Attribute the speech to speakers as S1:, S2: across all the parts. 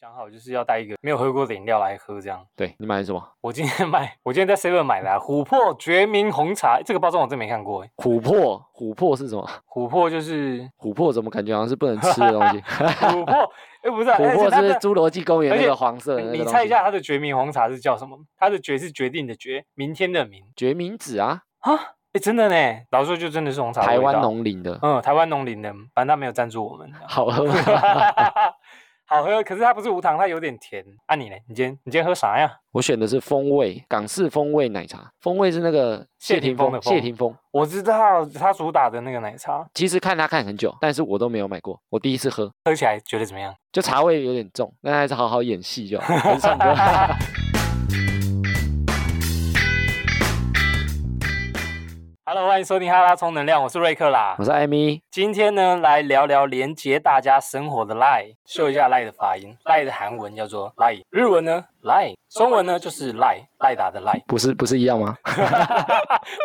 S1: 讲好就是要带一个没有喝过的饮料来喝，这样。
S2: 对你买的什么？
S1: 我今天买，我今天在 Seven 买的、啊、琥珀决明红茶，这个包装我真没看过哎。
S2: 琥珀，琥珀是什么？
S1: 琥珀就是
S2: 琥珀怎么感觉好像是不能吃的东 西？
S1: 琥珀，哎、不是、啊，
S2: 琥
S1: 而且
S2: 珀
S1: 它
S2: 是不是
S1: 的
S2: 侏罗纪公园
S1: 而
S2: 那
S1: 且
S2: 个黄色的那个
S1: 你
S2: 东
S1: 猜一
S2: 西
S1: 下它的决明红茶是叫什么？它的决是决定的决，明天的明
S2: 决明子啊，
S1: 啊，哎真的呢，老实说就真的是红茶的
S2: 台
S1: 味
S2: 湾
S1: 道，
S2: 农林的，
S1: 嗯，台湾农林的，反正它没有赞助我们。
S2: 好喝吗？
S1: 好喝，可是它不是无糖，它有点甜。啊你呢？你今天你今天喝啥呀？
S2: 我选的是风味港式风味奶茶，风味是那个
S1: 谢
S2: 谢霆
S1: 霆锋
S2: 锋，
S1: 的
S2: 谢
S1: 风
S2: 霆锋。
S1: 我知道它主打的那个奶茶，
S2: 其实看他看很久，但是我都没有买过，我第一次喝，
S1: 喝起来觉得怎么样？
S2: 就茶味有点重，但还是好好演戏就好，还 是唱歌。
S1: Hello，欢迎收听哈拉充能量，我是瑞克啦
S2: 我。是艾米，
S1: 今天呢，来聊聊连接大家生活的 lie，秀一下 lie 的发音。lie 的韩文叫做 lie，日文呢 lie，中文呢就是 lie，赖 打的 lie。
S2: 不是不是一样吗？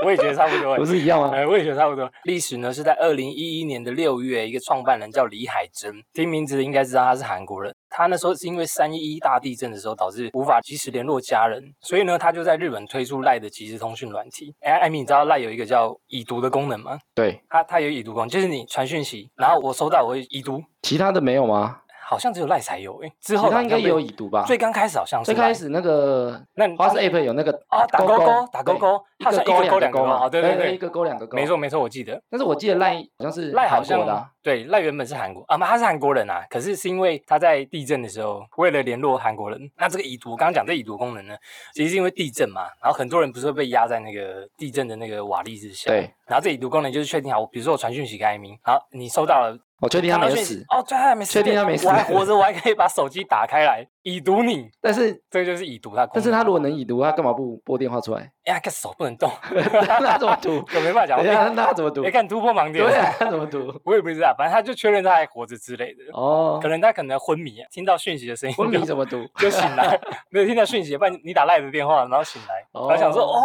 S1: 我也觉得差不多欸，
S2: 不是一样吗？
S1: 哎，我也觉得差不多。历史呢是在二零一一年的六月，一个创办人叫李海珍，听名字应该知道他是韩国人。他那时候是因为三一一大地震的时候，导致无法及时联络家人，所以呢，他就在日本推出赖的即时通讯软体。哎，艾米，你知道赖有一个叫已读的功能吗？
S2: 对，
S1: 它它有已读功能，就是你传讯息，然后我收到我会已读，
S2: 其他的没有吗？
S1: 好像只有赖才有哎、之
S2: 其
S1: 后
S2: 他应该
S1: 好像没
S2: 有已读吧？
S1: 最刚开始好像是
S2: 最
S1: 赖
S2: 开始那个
S1: 那你
S2: 花式 app 有那个
S1: 啊打勾勾打勾，勾，
S2: 对
S1: 好像
S2: 个
S1: 一个勾
S2: 两个
S1: 两个勾
S2: 嘛，
S1: 哦对对
S2: 对，
S1: 对，
S2: 一个勾两个勾，
S1: 没错。没错，我记得。
S2: 但是我记得赖好像是
S1: 赖好
S2: 韩国
S1: 像
S2: 的啊，
S1: 对赖原本是韩国啊，不他是韩国人啊，可是是因为他在地震的时候，为了联络韩国人，那这个已读，刚刚讲这已读功能呢，其实是因为地震嘛，然后很多人不是会被压在那个地震的那个瓦砾之下，
S2: 对，
S1: 然后这已读功能就是确定好，比如说我传讯息给艾明，好，你收到了，
S2: 我确定他
S1: 看到
S2: 没有
S1: 讯息
S2: 死，
S1: 哦，对，他还没死，
S2: 确定他没死
S1: 我还活着，我还可以把手机打开来已读你，
S2: 但是
S1: 这个就是已读他，
S2: 但是他如果能已读，他干嘛不拨电话出来？
S1: 哎呀，看手不能动，
S2: 那怎么读？
S1: 可没办法讲，
S2: 等一下，
S1: 哎
S2: 那他怎么读
S1: 哎，？看突破盲点，
S2: 对啊，他怎么读？
S1: 我也不知道，反正他就确认他还活着之类的。
S2: 哦
S1: 可，能他可能昏迷，听到讯息的声音就，
S2: 昏迷怎么读？
S1: 就醒 来，没有听到讯息，不然你打赖的电话，然后醒来，然后想说哦，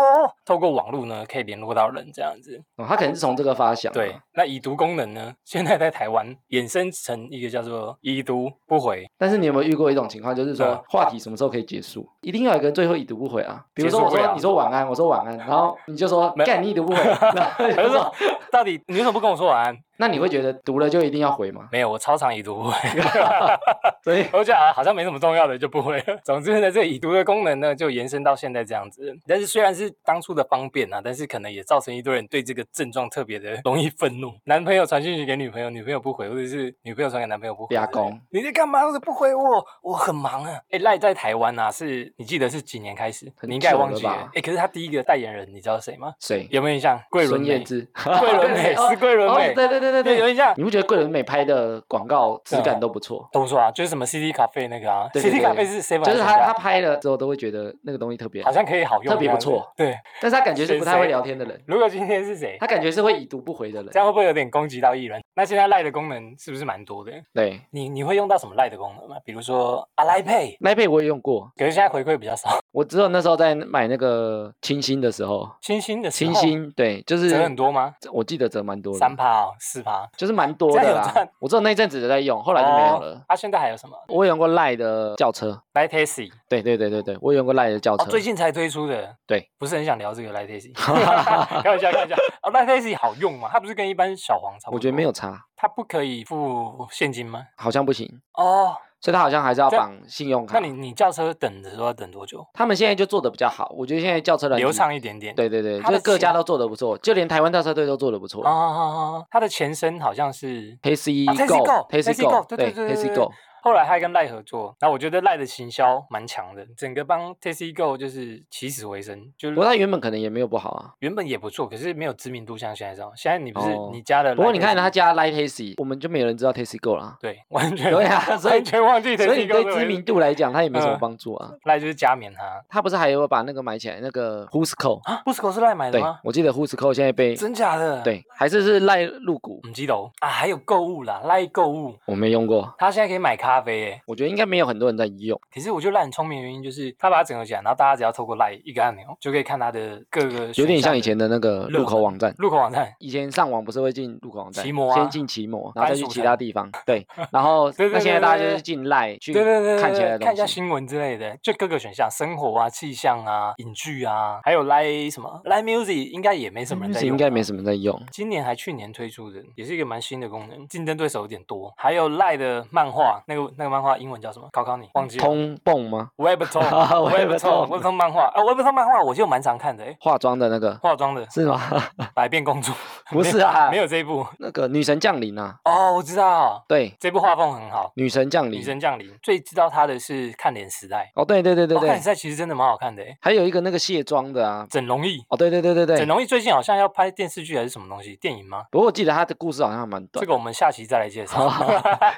S1: 透过网络呢可以联络到人这样子。
S2: 哦，他可能是从这个发想啊的。
S1: 对，那已读功能呢，现在在台湾衍生成一个叫做已读不回，
S2: 但是你有没有遇过一种情况，就是说
S1: 嗯
S2: 话题什么时候可以结束？一定要有一个人最后已读不回啊。比如说
S1: 结
S2: 我
S1: 束不
S2: 说
S1: 了
S2: 你说晚安，我说晚安，然后你就说
S1: 没
S2: 干你 已读不回，然后
S1: 他
S2: 就
S1: 就
S2: 说
S1: 说到底你为什么不跟我说晚安？
S2: 那你会觉得读了就一定要回吗？
S1: 没有，我超常已读不回，
S2: 所以
S1: 我就觉得啊好像没什么重要的就不回了。 总之呢，这个已读的功能呢就延伸到现在这样子。但是虽然是当初的方便啊，但是可能也造成一堆人对这个症状特别的容易愤怒。男朋友传讯息给女朋友，女朋友不回，或者是女朋友传给男朋友不回，
S2: 俩公
S1: 你在干嘛？或者不回我，我很忙啊。哎，赖在台湾啊，是你记得是几年开始？
S2: 很
S1: 你应该也忘
S2: 久了
S1: 记了
S2: 吧。
S1: 哎，可是他第一个代言人，你知道谁吗？
S2: 谁？
S1: 有没有印象？桂纶
S2: 孙燕
S1: 镁。
S2: 姿，
S1: 桂纶镁
S2: 哦
S1: 是桂纶
S2: 哦
S1: 镁
S2: 对对对对
S1: 对，有
S2: 对。
S1: 印象。
S2: 你不觉得桂纶镁拍的广告质感都不错？
S1: 都说啊，就是什么 CD 咖啡那个啊
S2: 对对
S1: ，CD
S2: 对
S1: 咖啡是啊 seven，
S2: 就是他他拍了之后都会觉得那个东西特别
S1: 好，像可以好用，
S2: 特别不错。
S1: 对，
S2: 但是他感觉是不太
S1: 谁
S2: 会
S1: 谁
S2: 聊天的人，
S1: 如果今天是 谁
S2: 他，感觉是会已读不回的人
S1: 这。样会不会有点攻击到艺人？那现在赖的功能是不是蛮多的？
S2: 对，
S1: 你你会用到什么赖的功能吗？比如说阿赖配，
S2: 赖配我也用过，
S1: 可是现在回馈比较少。
S2: 我只有那时候在买那个清新的时候，
S1: 清新的时
S2: 清
S1: 候
S2: 新对，就是
S1: 折很多吗？
S2: 我记得折蛮多的，
S1: 三趴哦，四趴，
S2: 就是蛮多
S1: 这
S2: 的
S1: 样有
S2: 啦
S1: 赚。
S2: 我只有那一阵子有在用，后来就没有
S1: 哦
S2: 了。
S1: 啊，现在还有什么？
S2: 我有用过赖的轿车，
S1: 来 Taxi，
S2: 对对对对对，我有用过赖的轿
S1: 哦，
S2: 车。
S1: 最近才推出的。
S2: 对，
S1: 不是很想聊这个来 Taxi，开玩笑，开玩笑。哦，来 Taxi 好用吗？它不是跟一般小黄差不多？
S2: 我觉得没，有差，
S1: 它不可以付现金吗？
S2: 好像不行，
S1: 哦，
S2: 所以他好像还是要
S1: 这
S2: 绑信用卡
S1: 那。你你叫车等的时候要等多久？
S2: 他们现在就做的比较好，我觉得现在轿车软
S1: 流
S2: 体。
S1: 畅一点点。
S2: 对对对，
S1: 它
S2: 就
S1: 的
S2: 是各家
S1: 钱
S2: 都做的不错，就连台湾轿车队都做的不错。
S1: 啊啊啊啊！啊它的前身好像是
S2: t a x i
S1: 啊
S2: Go，
S1: ，Taxi Go，
S2: t a x
S1: Taxi
S2: i Go，
S1: Go，对对对
S2: t
S1: 对
S2: a x i
S1: 对嗯
S2: Go，
S1: 后来他跟赖合作，然后我觉得赖的行销蛮强的，整个帮 Taxi Go 就是起死回生，就
S2: 不
S1: 是
S2: 过它原本可能也没有不好啊。
S1: 原本也不错，可是没有知名度像现在这样。现在你不是
S2: 哦
S1: 你加了，
S2: 不过你看他，加 Light Taxi，我们就没有人知道 t a x i Go 啦。
S1: 对，完全
S2: 对啊，所以
S1: 完全忘记
S2: 所以你
S1: Taxi Go
S2: 对
S1: 这
S2: 知
S1: 回
S2: 名
S1: 事
S2: 度来讲，它也没什么
S1: 嗯
S2: 帮助啊。
S1: 赖就是加冕他
S2: 他不是还有把那个买起来那个 Who'sco？
S1: 啊，Busco 是赖买的
S2: 对
S1: 吗，？
S2: 我记得 Who'sco 现在被
S1: 真假的？，啊
S2: 对，还是是赖入股，
S1: 母鸡头啊，还有购物啦，赖购物，
S2: 我没用过。
S1: 他现在可以买咖咖啡耶。
S2: 我觉得应该没有很多人在用。
S1: 可是我觉得赖很聪明的原因就是他把它整合起来，然后大家只要透过赖一个按钮就可以看它的各个，
S2: 有点像以前的那个入口网站。
S1: 入口网站。
S2: 以前上网不是会进入口网站，
S1: 奇摩啊
S2: 先进奇摩，然后再去
S1: 番薯
S2: 其
S1: 藤
S2: 他 地方，对，然后
S1: 对对
S2: 那
S1: 对
S2: 现在大家
S1: 对
S2: 就是
S1: 对
S2: 进赖去
S1: 对对对对，
S2: 看起来的
S1: 看一下
S2: 东西，
S1: 新闻之类的，就各个选项，生活啊、气象啊、影剧啊，还有 Live 什么 Live Music，应该也没什么人在用，啊
S2: 嗯
S1: 嗯
S2: 应该没。什么在 用。
S1: 今年还去年推出的，也是一个蛮新的功能，竞争对手有点多。还有赖的漫画，那个那个漫画英文叫什么？考考你，忘记了。
S2: 通蹦吗？
S1: Webtoon
S2: Webtoon
S1: Webtoon 漫画啊，Webtoon 漫画我就蛮常看的，诶，
S2: 化妆的那个
S1: 化妆的
S2: 是吗？
S1: 百变公主
S2: 不是啊
S1: 没有没有这一部
S2: 那个女神降临啊，
S1: 哦，我知道
S2: 对，
S1: 这部画风很好，
S2: 女神降
S1: 《女
S2: 临。
S1: 神降临》最知道它的是《看脸时代》
S2: 哦，对对对对
S1: 哦，看
S2: 对
S1: 脸时，代其实真的蛮好看的，诶，
S2: 还有一个那个卸妆的啊，
S1: 整容易。
S2: 哦，对对对对
S1: 整
S2: 对。
S1: 容易最近好像要拍电视剧还是什么东西，电影吗？
S2: 不过我记得他的故事好像还蛮短
S1: 这，个我们下期再来介 绍。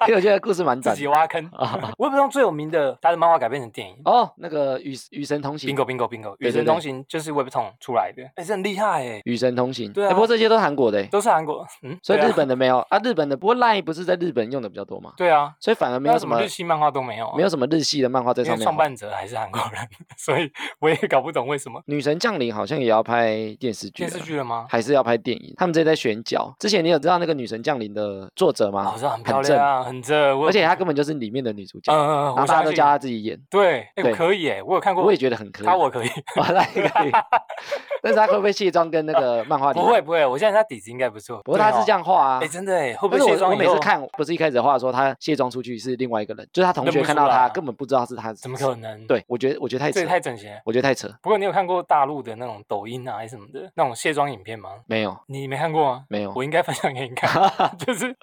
S2: 因为我觉得故事 蛮
S1: 自
S2: 短的
S1: 己挖 坑。
S2: 啊
S1: 我也不知道最有名的，他的漫画改编成电影。
S2: 哦，那个与与神同行，
S1: bingo bingo bingo，
S2: 对
S1: 与
S2: 对
S1: 神
S2: 对
S1: 同行就是 Webtoon 出来的，哎，这很厉害哎，
S2: 与神同行，
S1: 对啊
S2: 哎不过这些都韩国的欸，
S1: 都是韩国，嗯，
S2: 所以
S1: 对啊
S2: 日本的没有啊，日本的不过 LINE 不是在日本用的比较多嘛，
S1: 对啊，
S2: 所以反而没
S1: 那
S2: 有
S1: 什
S2: 什
S1: 么
S2: 么
S1: 日系漫画都没有啊，
S2: 没有什么日系的漫画在
S1: 因
S2: 上
S1: 为
S2: 面。
S1: 创办者还是韩国人， 所以我也搞不懂为什么
S2: 女神降临好像也要拍电视剧
S1: 电
S2: 了，
S1: 视剧了啊吗？
S2: 还是要拍电影，他们这在选角。之前你有知道那个女神降临的作者吗？
S1: 好像很漂
S2: 啊正，
S1: 亮，很正，我
S2: 而且她根本就是里面的女主角，
S1: 嗯嗯，
S2: 然后
S1: 我
S2: 大家
S1: 相
S2: 都
S1: 信
S2: 叫她自己演，
S1: 对，哎，我
S2: 对
S1: 可以哎，我有看过，
S2: 我也觉得很可以。
S1: 他 我可以，
S2: 哇那 也可以但是她会不会卸妆跟那个漫画里？
S1: 不会，不会，我现在他底子应该不错，
S2: 不过她是这
S1: 样，
S2: 样画啊
S1: 哎，。真的哎，会不
S2: 但
S1: 会
S2: 是
S1: 卸
S2: 我
S1: 妆
S2: 我
S1: 以
S2: 每次
S1: 后
S2: 看，不是一开始的话说她卸妆出去是另外一个人，就是她同
S1: 认
S2: 学
S1: 不
S2: 看
S1: 出
S2: 到她
S1: 来啊
S2: 根本不知道是她，
S1: 怎么可？能？，
S2: 对，我觉得我觉得太
S1: 这
S2: 扯
S1: 也，嗯太整邪了。
S2: 我觉得太扯，
S1: 不过你有看过大陆的那种抖音啊，还是什么的那种卸妆影片吗？
S2: 没有
S1: 你没看过吗？
S2: 没有，
S1: 我应该分享给你 看，就是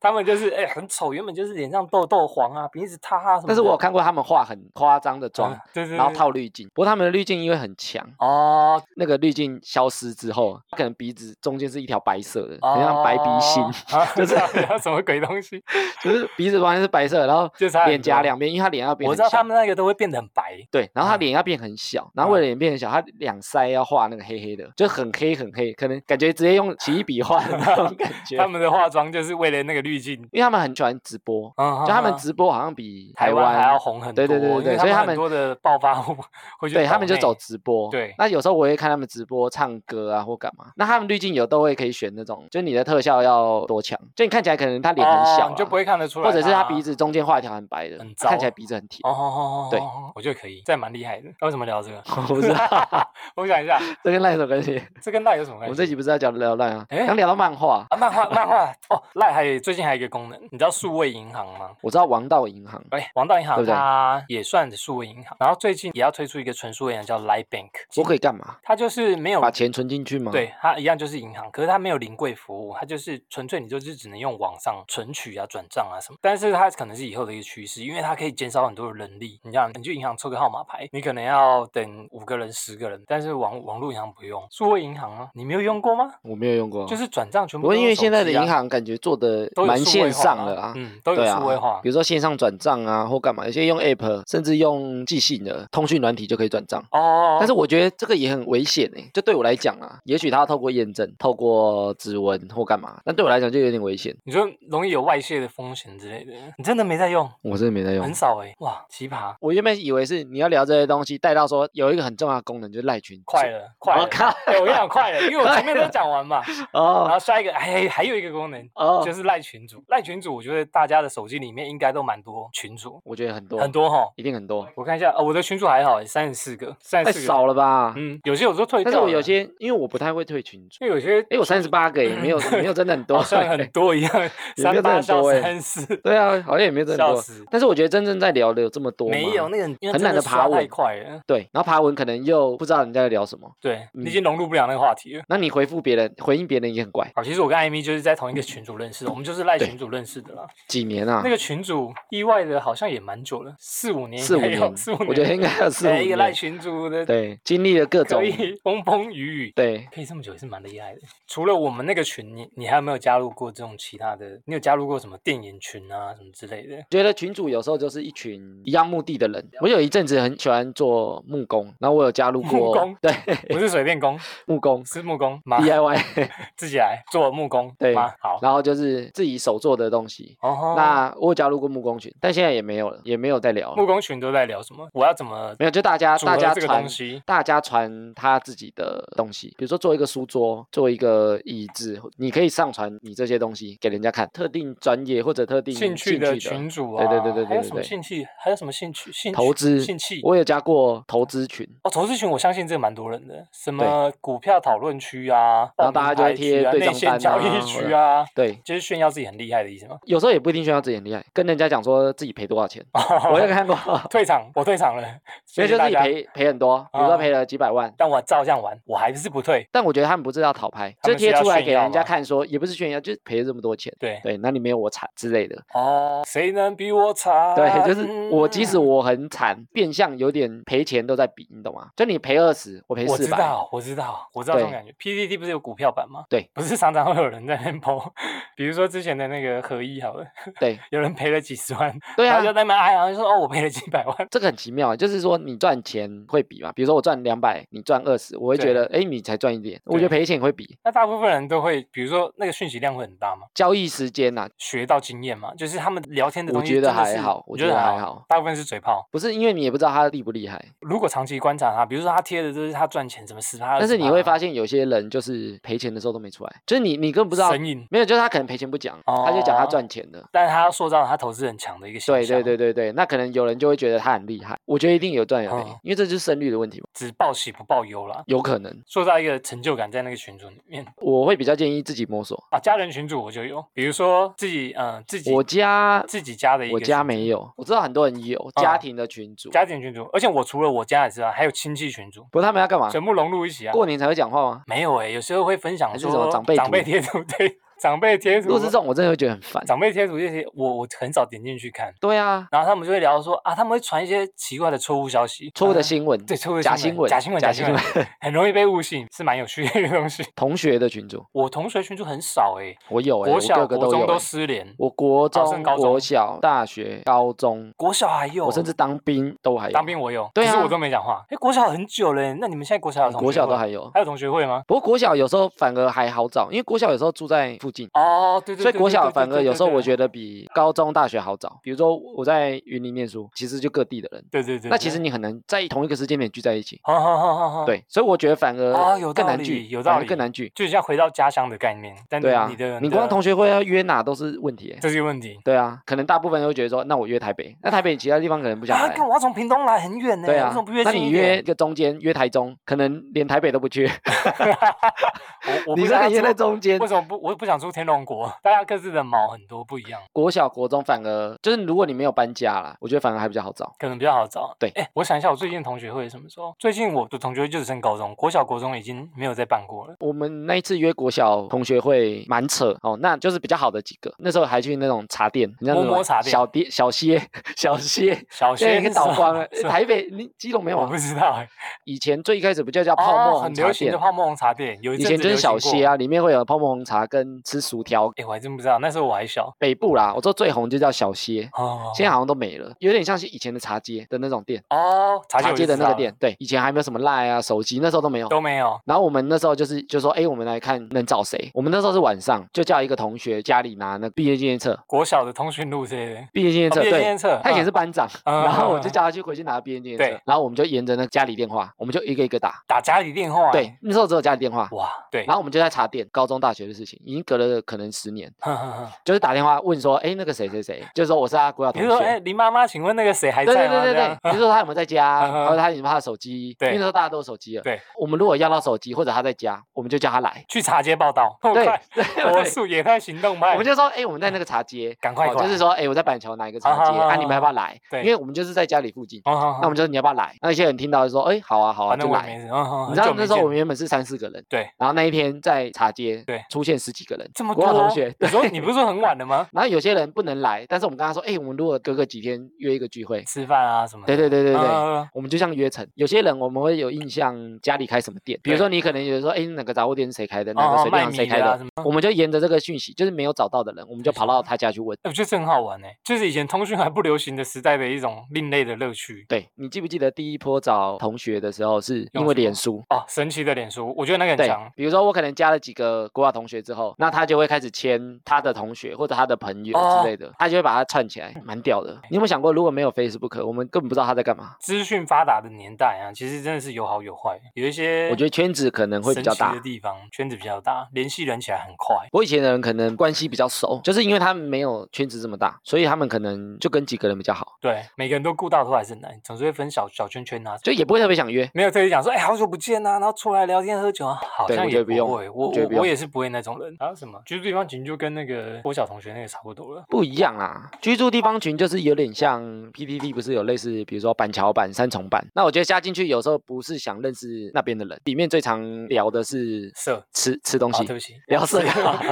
S1: 他们就是哎、很丑，原本就是脸上痘痘黄啊，鼻子塌啊什么的。
S2: 但是我有看过他们化很夸张的妆
S1: 嗯，对对对，
S2: 然后套滤镜。不过他们的滤镜因为很强，
S1: 哦
S2: 那个滤镜消失之后，可能鼻子中间是一条白色的，很像白鼻心，
S1: 哦啊，
S2: 就
S1: 就是是什么鬼东西，
S2: 就是鼻子完全是白色的，然后
S1: 就差很
S2: 脸颊
S1: 多
S2: 两边，因为他脸要变
S1: 我
S2: 很
S1: 知道他
S2: 小，
S1: 们那个都会变得很白，
S2: 对，然后他
S1: 嗯
S2: 脸要变很小，然后为了脸变很小，他两腮要画那个黑黑的，就很黑很黑，可能感觉直接用奇异笔画的 那种感觉
S1: 他。们的化妆就是为了那个滤镜，
S2: 因为他们很喜欢直播，
S1: 嗯，
S2: 就他们
S1: 嗯
S2: 直播好像比
S1: 嗯台湾
S2: 湾
S1: 还要红很多，
S2: 对对对对
S1: 因为
S2: 对，所以他
S1: 很
S2: 们
S1: 多的暴发户会去，
S2: 对他们就走。直播，
S1: 对
S2: 那有时候我会看他们直播唱歌啊或干嘛，那他们滤镜有都会可以选那种，就你的特效要多强，就你看起来可能他脸很小、啊
S1: 哦你就不会，看得出来，
S2: 或者是他鼻。子中间画一条很白的，
S1: 很糟
S2: 看起来鼻子很挺。
S1: 哦哦哦，
S2: 对
S1: 哦，我觉得可以，这还蛮厉害的。那为什么聊这个？
S2: 我不知道，
S1: 我想一下，
S2: 这跟那首歌 系。
S1: 这跟赖有什么
S2: 我
S1: 关系？
S2: 们这集不是要讲聊烂啊，
S1: 哎
S2: 刚聊到漫画，
S1: 啊，漫画漫画哦，赖还有最近还有一个功能，你知道数位银行吗？
S2: 我知道王道银行，
S1: 哎，王道银
S2: 对
S1: 行
S2: 不对
S1: 它也算是数位银行，然后最近也要推出一个纯数位银行叫 Line Bank，
S2: 我可以干嘛？
S1: 它就是没有
S2: 把钱存进去吗？，
S1: 对它一样就是银行，可是它没有临柜服务，它就是纯粹你就是只能用网上存取啊、转账啊什么。但是它可能是以后的一个趋势，因为它可以减少很多的人力。你想，你去银行抽个号码牌，你可能要等五个人、十个人，但是网网络银行不用，数位银行啊，你没有用过吗？
S2: 我没有用过，
S1: 就是转账全
S2: 不
S1: 部都
S2: 过
S1: 用手机啊、
S2: 因为现在的银行感觉做的
S1: 都有
S2: 蛮
S1: 数位
S2: 线
S1: 化
S2: 上了啊，
S1: 嗯，都有
S2: 对
S1: 数位化
S2: 啊，比。如说线上转账啊，或干嘛，有些用 App，甚至用寄信的通讯软体就可以转账。
S1: 哦，
S2: 但是我觉得这个也很危险诶、就对我来讲啊，也许他要透过验证、透过指纹或干嘛，但对我来讲就有点危险。
S1: 你说容易有外泄的风险之类的，你真的没在用，
S2: 我真的没在用
S1: 很。少哎、哇，奇葩，
S2: 我原本以为是你要聊这些东西，带到说有一个很重要的功能就是赖群，
S1: 快了，快
S2: 我
S1: 了，
S2: 靠！
S1: 对，我跟你讲快了，因为我前面都讲完嘛，然
S2: 哦
S1: 后下一个还还有一个功能。
S2: 哦，
S1: 就是赖群主，赖群主，我觉得大家的手机里面应该都蛮多群主，
S2: 我觉得很多
S1: 很，多哈。
S2: 一定很多，
S1: 我看一下，哦，我的群主还好，三十四个，三
S2: 太
S1: 十四
S2: 少了吧？
S1: 嗯，有些我都退掉
S2: 但
S1: 了，
S2: 是我有些因为我不太会退群组，
S1: 因为有 些
S2: 哎，我三十八个也没 有没有真的很多
S1: 好，像很多一样，
S2: 也没
S1: 三
S2: 哦有
S1: 八
S2: 真的很
S1: 笑
S2: 多欸
S1: 三四，
S2: 对啊，好像也没有真的很
S1: 笑
S2: 多。
S1: 死，
S2: 但是我觉得真正在聊的有这么多吗
S1: 没有那个因为
S2: 很
S1: 真
S2: 懒
S1: 的
S2: 得爬
S1: 刷太
S2: 文
S1: 快了，
S2: 对，然后爬文可能又不知道人家在聊什么，
S1: 对你
S2: 嗯
S1: 已经融入不了那个话题了。
S2: 那你回复别人回应别人也很怪。
S1: 好，其实我跟艾米就是在同一个群组认识的，我们就是赖
S2: 对
S1: 群组认识的啦。
S2: 几年啊
S1: 那？个群组意外的好像也蛮久了，四五年
S2: 四
S1: 应
S2: 五
S1: 该有，
S2: 年，
S1: 四五年，
S2: 我觉得应该有四五
S1: 哎一个赖
S2: 年。
S1: 群组的，
S2: 对，经历了各种
S1: 可，以 风风雨雨。
S2: 对，
S1: 可以这么久也是蛮厉害的。除了我们那个群，你你还有没有加入过这种其他的？你有加入过什么电影群啊，什么之类的？
S2: 觉得群主有时候就是一群一样目的的人。我有一阵子很喜欢做木工，然后我有加入过
S1: 木工
S2: 对
S1: 不是水电工，
S2: 木工
S1: 是木工吗？
S2: DIY，
S1: 自己来做木工
S2: 对
S1: 吗？ 好，
S2: 然后就是自己手做的东西。
S1: 哦，
S2: 那我有加入过木工群，但现在也没有了，也没有再聊
S1: 木
S2: 了。
S1: 工群都在聊什么？我要怎么
S2: 没有，就大家
S1: 组
S2: 大
S1: 合
S2: 家
S1: 这个
S2: 传
S1: 东西？
S2: 大家传他自己的东西，比如说做一个书桌，做一个椅子，你可以上传你这些东西给人家看，特定专业或者特定
S1: 兴趣的
S2: 的
S1: 群主啊，
S2: 对对对对对
S1: 还有什么
S2: 对对。
S1: 兴趣？还有什么兴趣？兴趣
S2: 投资
S1: 兴趣，
S2: 我有加过投资群，
S1: 哦，投资群我相信这个蛮多人的，什么股票讨论区啊，
S2: 然后大家就会
S1: 报名牌区啊
S2: 贴对
S1: 内
S2: 账
S1: 线
S2: 单
S1: 交易
S2: 啊或
S1: 区
S2: 者
S1: 啊，
S2: 对，
S1: 就是炫耀自己很厉害的意思吗？
S2: 有时候也不一定炫耀自己很厉害，跟人家讲说自己赔多少钱，我也 看过，
S1: 退场，我退场了，谢
S2: 所以
S1: 哦谢
S2: 就自
S1: 大
S2: 己
S1: 家。
S2: 赔赔很多，比如
S1: 啊
S2: 说赔了几百万。
S1: 但我照样玩，我还是不退。
S2: 但我觉得他们不是要讨拍，
S1: 他
S2: 就
S1: 们是
S2: 贴
S1: 要
S2: 出来
S1: 炫
S2: 给
S1: 耀
S2: 人家
S1: 吗
S2: 看说，也不是炫耀，就是赔了这么多钱，
S1: 对，
S2: 对，那你没有我惨之类的，
S1: 哦，谁能比我惨？
S2: 对，就是我即使
S1: 哦嗯
S2: 我很惨，变相有点赔钱都在比，你懂吗？就你赔二十，我 赔
S1: 我
S2: 四
S1: 知
S2: 百，
S1: 道，我知道，我知道这种
S2: 对
S1: 感觉。PDD 不是有股票版吗？
S2: 对，
S1: 不是常常会有人在那边 PO，比 如说之前的那个合一好了，
S2: 对
S1: 有人赔了几十万，
S2: 对
S1: 然
S2: 啊
S1: 后，就在那边哀嚎，就说哦，我赔了几百万。
S2: 这个很奇妙，啊就是说你赚钱会比嘛，比如说我赚两百，你赚二十，我会觉
S1: 对
S2: 得，哎，你才赚一点，我觉得
S1: 对
S2: 赔钱也会比
S1: 那大部分人都会，比如说那个讯息量会很大吗？
S2: 交易时间呐、
S1: 学到经验嘛，就是他们聊天的
S2: 我
S1: 东西
S2: 觉得
S1: 真的
S2: 还
S1: 是
S2: 好
S1: 我
S2: 我
S1: 觉
S2: 觉
S1: 得
S2: 得
S1: 还
S2: 还
S1: 好
S2: 好，
S1: 大部分是嘴炮。
S2: 不是因为你也不知道他厉不厉害，
S1: 如果长期观察他，比如说他贴的都是他赚钱怎么十趴，
S2: 但是你会发
S1: 现
S2: 现有些人就是赔钱的时候都没出来，就是你你根本不
S1: 不
S2: 知道，
S1: 神隐，
S2: 没有，就是他可能赔钱不讲，他就讲他
S1: 哦
S2: 赚钱的。
S1: 但是他要塑造他投资很强的一个形
S2: 对
S1: 象，
S2: 对对对对，那可能有人就会觉得他很厉害，我觉得一定有赚有赔，
S1: 嗯
S2: 因为这就是胜率的问题嘛，
S1: 只报喜不报忧啦，
S2: 有可能。
S1: 塑造一个成就感在那个群组里面。
S2: 我会比较建议自己摸索。
S1: 啊，家人群主我就有，比如说自己嗯、呃自己
S2: 我家
S1: 自己家的一个
S2: 我
S1: 群
S2: 家
S1: 组
S2: 没有，我知道很多人有家庭的群组，
S1: 家庭群主，而且我除了我家以外，还有亲戚群主，
S2: 不过他们要干嘛？
S1: 全部融入一起啊。
S2: 过年才会讲话吗？
S1: 没有哎、有时候会分享
S2: 还是
S1: 说
S2: 什么长辈
S1: 长
S2: 图
S1: 辈贴图， 对长辈贴图，
S2: 如果是这种，我真的会觉得很烦。
S1: 长辈贴图这些，我我很少点进去看，
S2: 对啊，
S1: 然后他们就会聊说啊，他们会传一些奇怪的错误消息，
S2: 错误的
S1: 啊
S2: 新闻，
S1: 对错误的
S2: 假
S1: 新
S2: 新
S1: 闻
S2: 闻，
S1: 假新闻
S2: 假
S1: 假
S2: 新
S1: 新闻
S2: 闻。
S1: 很容易被误信，是蛮有趣的一个东西。
S2: 同学的群组，
S1: 我同学群主很少哎、
S2: 我有哎，
S1: 国
S2: 我
S1: 小、
S2: 各个
S1: 国
S2: 都
S1: 中
S2: 有
S1: 都
S2: 欸。
S1: 失联，
S2: 我国
S1: 甚至
S2: 中、
S1: 高中
S2: 国小、大学、高中，
S1: 国小还有，
S2: 我甚至当兵都还有，
S1: 当兵我有，
S2: 对
S1: 可是
S2: 啊
S1: 我都没讲话。哎，国小很久了耶，那你们现在国小有同学
S2: 国小
S1: 会
S2: 都还有。
S1: 还有同学会吗？
S2: 不过国小有时候反而还好找，因为国小有时候住在附近，
S1: 哦，对对对，啊
S2: 所以国小反而有时候我
S1: 得，
S2: 觉得比高中、大学好找。比如说我在云林念书，其实就各地的人，
S1: 对对对，
S2: 那其实你很难在同一个时间点聚在一起。
S1: 好好好好好，，
S2: 对，所以我觉得反
S1: 哦
S2: 而
S1: 有
S2: 更
S1: 道
S2: 难
S1: 理
S2: 聚，
S1: 有
S2: 反
S1: 道
S2: 而更
S1: 理
S2: 难聚。
S1: 就像回到家乡的概念，但
S2: 对啊
S1: 你的，
S2: 你光
S1: 的
S2: 同学会要约哪都是问题欸。
S1: 这些问题
S2: 对啊，可能大部分人会觉得说，那我约台北，那台北其他地方可能不想
S1: 啊，
S2: 来
S1: 看。我要从屏东来很远呢，
S2: 对
S1: 为
S2: 啊
S1: 什么不约，
S2: 那
S1: 近
S2: 你
S1: 一
S2: 约一
S1: 点？
S2: 个中间，约台中，可能连台北都不去，
S1: 我我
S2: 你
S1: 不
S2: 这
S1: 想
S2: 个
S1: 要
S2: 约在
S1: 出
S2: 中间
S1: 为。什么不？我不想出天龙国，大家各自的毛很多不一样，
S2: 国小、国中反而就是，如果你没有搬家啦，我觉得反而还比较好找。
S1: 可能比较好找。
S2: 对
S1: 哎，我想一下，我最近同学会是什么时候？最近我的同学会就只剩高中，国小、国中已经没有再办过了。
S2: 我们那一次约国小同学会蛮扯哦，那就是比较好的几个。那时候还去那种茶店，很像那
S1: 摸摸
S2: 种
S1: 茶店
S2: 小店、小歇、小歇，
S1: 小
S2: 现在
S1: 学
S2: 已经
S1: 是
S2: 倒
S1: 什
S2: 光
S1: 么
S2: 了。
S1: 是
S2: 台北、你基隆没有
S1: 我
S2: 啊
S1: 不？知道哎，
S2: 以前最一开始不就叫 泡沫
S1: 哦、很
S2: 红
S1: 流
S2: 茶
S1: 行
S2: 店
S1: 的？泡沫红茶店，有一
S2: 以
S1: 阵
S2: 前
S1: 子
S2: 就是
S1: 流行
S2: 小
S1: 过
S2: 歇。啊，里面会有泡沫红茶跟吃薯条。
S1: 哎，我还真不知道，那时候我还小
S2: 北部啦，我说最红就叫小歇，
S1: 哦。
S2: 现在好像都没了，有点像是以前的茶街的那种店，
S1: 哦，茶
S2: 茶
S1: 街
S2: 街的那个店，对，以前还没有什么赖啊、手机，那时候都没有。
S1: 都没有。
S2: 然后我们那时候就是就说，哎，我们来看能找谁？我们那时候是晚上，就叫一个同学家里拿那毕业纪念册，
S1: 国小的通讯录之类的，
S2: 毕业纪念
S1: 哦
S2: 册，
S1: 毕业纪
S2: 对
S1: 念，册，
S2: 他以
S1: 嗯
S2: 前是班长，
S1: 嗯
S2: 然后我
S1: 嗯
S2: 就
S1: 嗯
S2: 叫他去回去拿毕业纪念
S1: 对
S2: 册，然后我们就沿着那家里电话，我们就一个一个打，
S1: 打家里电话。
S2: 对，，那时候只有家里电话。
S1: 哇，对
S2: 然，后我们就在茶店，高中、大学的事情，已经隔了可能十年，
S1: 哼哼哼
S2: 就是打电话问说，哎，那个谁谁谁，就是说我是他国小
S1: 比
S2: 同
S1: 如说，
S2: 学
S1: 哎，，林妈妈，请问那个谁还
S2: 对
S1: 在
S2: 对
S1: 吗？
S2: 对对
S1: 这
S2: 对
S1: 样，
S2: 比如说他有没有在家，
S1: 嗯嗯
S2: 然后他有没有他的手机，因
S1: 对
S2: 为那时候大家都有手机了。
S1: 对，
S2: 我们如果要到手机或者他在家，我们就叫他来。
S1: 去茶街报道， 我
S2: 对
S1: 快，
S2: 对
S1: 火
S2: 对，
S1: 速野派行动
S2: 我
S1: 派
S2: 们。就说，哎，我们在那个茶街，
S1: 赶快
S2: 哦
S1: 过
S2: 就是
S1: 来
S2: 说，哎，我在板桥哪一个
S1: 好
S2: 茶
S1: 好
S2: 街，
S1: 好
S2: 啊，你们要不要
S1: 好
S2: 来？
S1: 对
S2: 因为我们就是在家里附近，
S1: 哦，好
S2: 那我
S1: 好
S2: 们，就说你要不要来？那一些人听到就说，哎，好啊好啊，
S1: 反正
S2: 就
S1: 我也
S2: 来
S1: 没。事。嗯嗯很
S2: 你知道
S1: 久没
S2: 那时候我
S1: 见
S2: 们原本是三四个人，
S1: 对，
S2: 然后那一天在茶街
S1: 对
S2: 出现十几个人，人，
S1: 这么
S2: 国小
S1: 多
S2: 同学。
S1: 你
S2: 对
S1: 说你不是说很晚了吗？
S2: 然后有些人不能来，但是我们跟他说，哎、我们如果隔个几天约一个聚会，
S1: 吃饭啊什么的？
S2: 对对对对对，
S1: 嗯
S2: 我们就像约成。有些人我们会有印象，家里开什么店，比如
S1: 对
S2: 说你可能有说，哎，哪个杂货店是谁开的，哪
S1: 哦
S2: 个
S1: 哦
S2: 水
S1: 卖
S2: 电行谁
S1: 米
S2: 开
S1: 的啊
S2: 的，
S1: 什么？
S2: 我们就沿着这个讯息，就是没有找到的人，我们就跑到他家去问。
S1: 哎我觉得这很好玩哎，就是以前通讯还不流行的时代的一种另类的乐趣
S2: 对你记不记得第一波找同学的时候，是
S1: 用什
S2: 因为
S1: 么
S2: 脸书。
S1: 哦。神奇的脸书，我觉得那个很
S2: 对
S1: 强，
S2: 比如说我可能加了几个国外同学之后，那他就会开始签他的同学或者他的朋友
S1: 哦嗯
S2: 之类的，他就会把他串起来，蛮屌的。你有没有想过，如果没有 Facebook，我们根本不知道他在干嘛？
S1: 资讯发达的年代啊，其实真的是有好有坏，有一些
S2: 我觉得圈子可能会比较
S1: 神奇
S2: 大
S1: 的。地方，圈子比较大，联系人起来很快。
S2: 我以前的人可能关系比较熟，就是因为他们没有圈子这么大，所以他们可能就跟几个人比较好，
S1: 对，每个人都顾到头还是很难，总是会分小小圈圈啊。
S2: 就也不会特别想约。
S1: 没有特意讲说，哎、好久不见啊，然后出来聊天喝酒啊，好
S2: 对
S1: 像
S2: 我觉
S1: 也
S2: 得不用
S1: 会。我
S2: 我觉得
S1: 我
S2: 不用
S1: 我也是不会那种人。还有什么？就是对方其实就跟那个郭小同学那个差不多了。
S2: 不一样啦，居住地方群就是有点像 PTT，不是有类似，比如说板桥版、三重版。那我觉得加进去有时候不是想认识那边的人，里面最常聊的是
S1: 色，
S2: 吃吃东
S1: 好、
S2: 西，
S1: 啊对不起，
S2: 聊色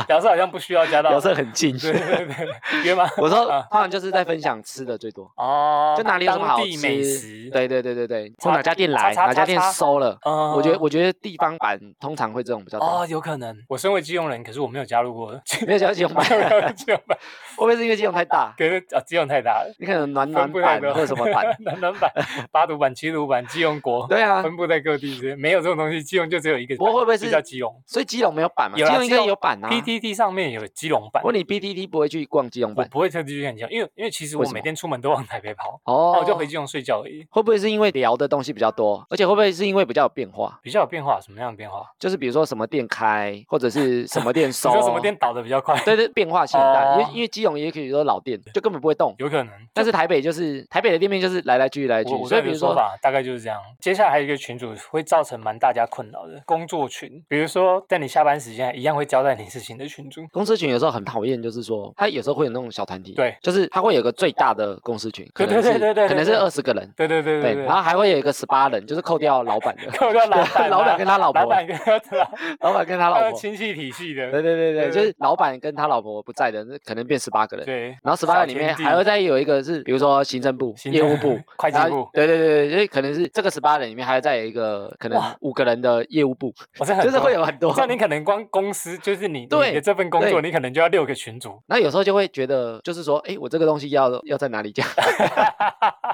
S1: 聊色好像不需要加到
S2: 聊色很近。
S1: 对对对，约吗？
S2: 我说
S1: 啊
S2: 他们就是在分享吃的最多，
S1: 哦，
S2: 就哪里有什么好
S1: 当地美
S2: 吃
S1: 食，，
S2: 对对对对对，从
S1: 叉
S2: 哪家店来，
S1: 叉叉
S2: 哪家
S1: 叉
S2: 店
S1: 叉
S2: 收了。
S1: 嗯
S2: 我觉得我觉得地方版通常会这种比较
S1: 哦
S2: 多，
S1: 有可能。我身为基隆人，可是我没有加入过基
S2: 没有想到基隆版，
S1: 隆
S2: 会
S1: 人基隆版，
S2: 不 会是因为基隆 太大？
S1: 可是啊基隆太大了，
S2: 你可能暖暖
S1: 分布太
S2: 版
S1: 多？
S2: 或者什么版
S1: 南 南版、八堵版、七堵版、基隆国，
S2: 对啊，
S1: 分布在各地之间，没有这种东西。基隆就只有一个版，
S2: 不过会不会
S1: 就是叫基隆
S2: 所以基隆没有版嘛？基
S1: 有啦
S2: 隆应该
S1: 基隆
S2: 有版啊。
S1: ？PTT 上面有基隆版
S2: 我，问你 BTT 不会去逛基隆
S1: 我
S2: 版
S1: 不会特地去看基隆，因为因为其实
S2: 为
S1: 我
S2: 什
S1: 每
S2: 么
S1: 天出门都往台北跑，
S2: 哦
S1: 那我就回基隆睡觉而已。
S2: 会不会是因为聊的东西比较多，而且会不会是因为比较有变化？
S1: 比较有变化，什么样的变化？
S2: 就是比如说什么店开，或 者是什么店
S1: 你
S2: 收，
S1: 说什么店倒的比较快？
S2: 对对，变化性很大。因
S1: 哦
S2: 为因为基隆也可以说老店，就根本不会动。
S1: 有可能。
S2: 但是台北就是台北的店面就是来来去去来来去
S1: 我
S2: 去，
S1: 我
S2: 所以
S1: 这
S2: 比
S1: 个
S2: 如
S1: 说
S2: 说
S1: 法大概就是这样。接下来还有一个群主会造成蛮大家困扰的工作群，比如说在你下班时间一样会交代你事情的群主。
S2: 公司群有时候很讨厌，就是说它有时候会有那种小团体，
S1: 对
S2: 就是它会有个最大的公司群，可
S1: 对
S2: 能
S1: 对
S2: 是
S1: 对对对
S2: 可能是
S1: 对
S2: 二十个人，
S1: 对对对对
S2: 对，
S1: 对，
S2: 然。后还会有一个十八人，就是扣掉老板的
S1: 扣掉 老板啊，
S2: 老板跟他老婆
S1: 老板跟他老
S2: 老板跟 他
S1: 他
S2: 老
S1: 的
S2: 婆，
S1: 亲戚体系
S2: 对
S1: 的，
S2: 对对对，
S1: 对
S2: 就是老板跟他老婆不在的，那可能变十八个人。
S1: 对，
S2: 然后十八
S1: 小
S2: 个里面
S1: 天地
S2: 还会再有一个是，比如说行政部、
S1: 行
S2: 业务
S1: 政、
S2: 部
S1: 会计
S2: 然后
S1: 部
S2: 对对对对，就是可能是这个十八人里面还会再有一个可能
S1: 哇
S2: 五个人的业务部，
S1: 我 是很
S2: 就是
S1: 多
S2: 会有很多。
S1: 像你可能光公司就是你
S2: 对
S1: 你的这份工
S2: 对，
S1: 作，你可能就要六个群组
S2: 那有时候就会觉得，就是说，哎，我这个东西要要在哪 里讲？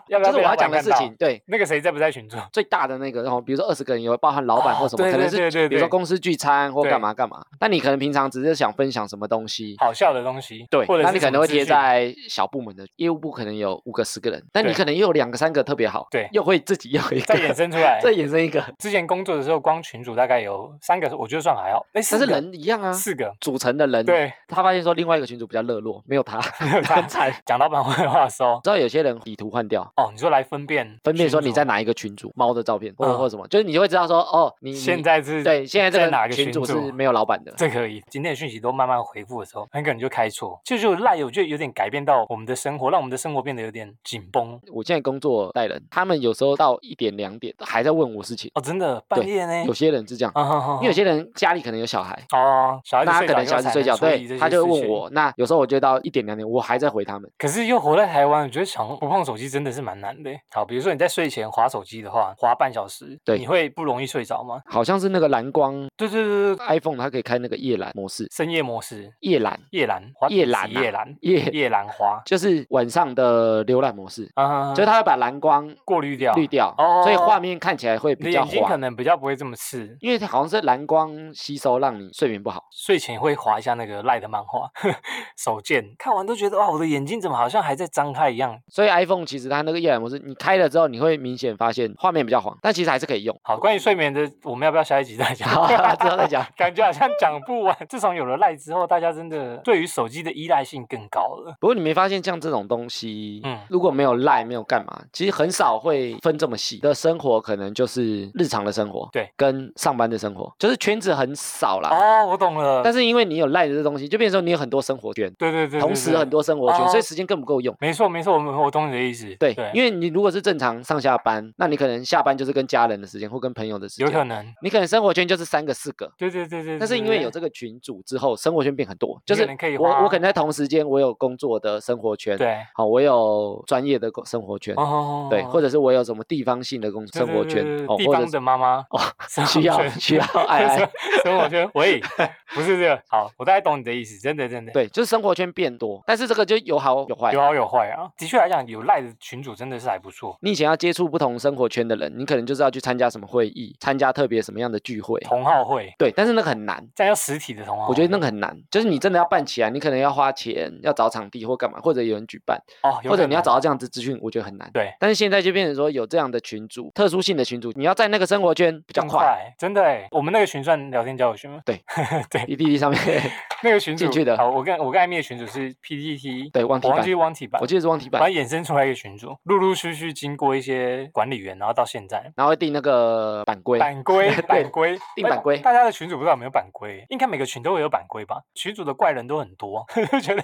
S1: 要不
S2: 就
S1: 要
S2: 是
S1: 被老
S2: 我要
S1: 板
S2: 讲的
S1: 看
S2: 事
S1: 到
S2: 情，对。
S1: 那个谁在不在群组？
S2: 最大的那个，然后比如说二十个人，有包含老板或
S1: 哦
S2: 什么，
S1: 对
S2: 可能
S1: 对对
S2: 是
S1: 对
S2: 比如说
S1: 对
S2: 公司聚餐或
S1: 对
S2: 干嘛干嘛。那你可能平常只是想分享什么东西，
S1: 好笑的东西，
S2: 对，
S1: 或者
S2: 那
S1: 是
S2: 你可
S1: 什
S2: 能
S1: 么
S2: 会
S1: 资
S2: 贴
S1: 讯
S2: 在小部门的业务部，可能有五个十个人，但你
S1: 对
S2: 可能又有两个三个特别好，
S1: 对
S2: 又会自己要一个，
S1: 再衍生出 来
S2: 再。衍生一个，
S1: 之前工作的时候，光群主大概有三个，我觉得算还好。哎，
S2: 但
S1: 四
S2: 是
S1: 个
S2: 人一样啊，
S1: 四个，
S2: 组成的人，，
S1: 对，
S2: 他发现说另外一个群主比较热络，没有他，
S1: 他
S2: 很惨。
S1: 讲老板坏话的时候，
S2: 知道有些人底图换掉。
S1: 哦，你说来分辨
S2: 分辨说你
S1: 群组
S2: 在哪一个群组，猫的照片或者
S1: 嗯
S2: 或者什么，就是你就会知道说哦，你你
S1: 现在是
S2: 对现在这
S1: 哪
S2: 个
S1: 个
S2: 群组
S1: 组
S2: 是没有老板的，
S1: 这可以。今天的讯息都慢慢回复的时候，很可能就开错，就就赖，我觉得有点改变到我们的生活，让我们的生活变得有点紧绷
S2: 我现在工作带人，他们有时候到一点两点还在问我事情，
S1: 哦，真的半
S2: 对
S1: 夜呢，
S2: 有些人是这样，
S1: 啊哈哈
S2: 因为有些人家里可能有小孩，
S1: 哦，小孩子
S2: 那他
S1: 睡
S2: 可
S1: 着
S2: 能
S1: 以
S2: 小
S1: 后
S2: 孩
S1: 才
S2: 子睡
S1: 能
S2: 觉，
S1: 处理
S2: 对
S1: 这，些
S2: 他就会
S1: 事
S2: 问
S1: 情。
S2: 我，那有时候我就到一点两点，我还在回他们，
S1: 可是又活在台湾，我觉得想不碰手机真的是蛮难的。好，比如说你在睡前划手机的话，划半小时，
S2: 对
S1: 你会不容易睡着吗？
S2: 好像是那个蓝光
S1: 对对对对对，
S2: iPhone 它可以开那个夜览模式，
S1: 深夜模式，
S2: 夜览
S1: 夜蓝，滑
S2: 夜
S1: 手机
S2: 蓝啊
S1: 夜蓝，
S2: 夜
S1: 夜蓝 滑，
S2: 就是晚上的浏览模式，
S1: 啊哈哈，
S2: 所以它会把蓝光
S1: 过滤掉，
S2: 滤掉，
S1: 哦
S2: 所以画面看起来会
S1: 你的
S2: 比较
S1: 眼睛可
S2: 滑。
S1: 能比较不会这么刺。
S2: 因为它好像是蓝光吸收让你睡眠不好，
S1: 睡前会划一下那个赖的漫画， 手贱，看完都觉得哇，我的眼睛怎么好像还在张开一样。
S2: 所以 iPhone 其实它那个夜览模式，你开了之后，你会明显发现画面比较黄，但其实还是可以 用。
S1: 好，关于睡眠的，我们要不要下一集再讲？
S2: 好，之后再讲。
S1: 感觉好像讲不完。自从有了赖之后，大家真的对于手机的依赖性更高了。
S2: 不过你没发现像这种东西，嗯
S1: 嗯，
S2: 如果没有赖，没有干嘛，其实很少会分这么细。的生活可能就是日常的生活，
S1: 对，
S2: 跟上班的生活，就是圈子很少啦。
S1: 哦，我懂了。
S2: 但
S1: 是
S2: 是因为你有赖的这东西，就变成说你有很多生活圈，
S1: 对对对对
S2: 同时
S1: 对
S2: 很多生活圈，
S1: 哦
S2: 所以时间更不够用。
S1: 没错没错，我们我懂你的意思。
S2: 对，因
S1: 为
S2: 为你如果是正正常上下班，那你可能下班就是跟家人的时间或跟朋友的时间，
S1: 有可能，
S2: 你可能生活圈就是三个四个。
S1: 对对对对。
S2: 但是因为有这个群组之后，生活圈变很多，就
S1: 你可
S2: 是
S1: 能可以
S2: 我
S1: 花
S2: 我可能在同时间我有工作的生活圈，
S1: 对，对，
S2: 好，我有专业的工生活圈，
S1: 哦
S2: 对，或者是我有什么地方性的工
S1: 对
S2: 生活
S1: 对
S2: 圈
S1: 对对，
S2: 哦，
S1: 地
S2: 或者
S1: 方
S2: 是
S1: 的妈妈
S2: 哦
S1: 生活
S2: 需要
S1: 圈
S2: 需要 爱 爱，
S1: 生活圈， 喂，不是这个，好，我大概懂你的意思，真的真的，
S2: 对，就是生活圈变多，但是这个就有好有坏
S1: 有。好有坏啊。的确来讲，有赖的群主真的是还不错，
S2: 你以前要接触不同生活圈的人，你可能就是要去参加什么会议，参加特别什么样的聚会，
S1: 同哦好会，
S2: 对，但是那个很难。
S1: 这样要实体的同好会，
S2: 我觉得那个很难，就是你真的要办起来，你可能要花钱，要找场地或干嘛，或者有人举办，
S1: 哦，有
S2: 或者
S1: 可
S2: 你要
S1: 能
S2: 找到这样子资讯，我觉得很难。
S1: 对，
S2: 但是现在就变成说有这样的群组，特殊性的群组，你要在那个生活圈比较
S1: 更
S2: 快，
S1: 快，真的哎，我们那个群算聊天交友群吗？
S2: 对
S1: 对，
S2: p d d 上面，
S1: 那个群主
S2: 进去的
S1: 好，我跟我跟艾米的群主是 PPT，
S2: 对忘记
S1: 我忘
S2: 版
S1: 记忘记版
S2: 我，记得是忘题版
S1: 把，衍生出来一个群主，陆陆续续经过一些管理员，然后到现在。
S2: 然后会定那个版规，
S1: 版规
S2: 对，
S1: 版规，
S2: 定
S1: 哎
S2: 版规
S1: 大家的群主不知道有没有版规，应该每个群都会有版规吧？群主的怪人都很多， 就觉得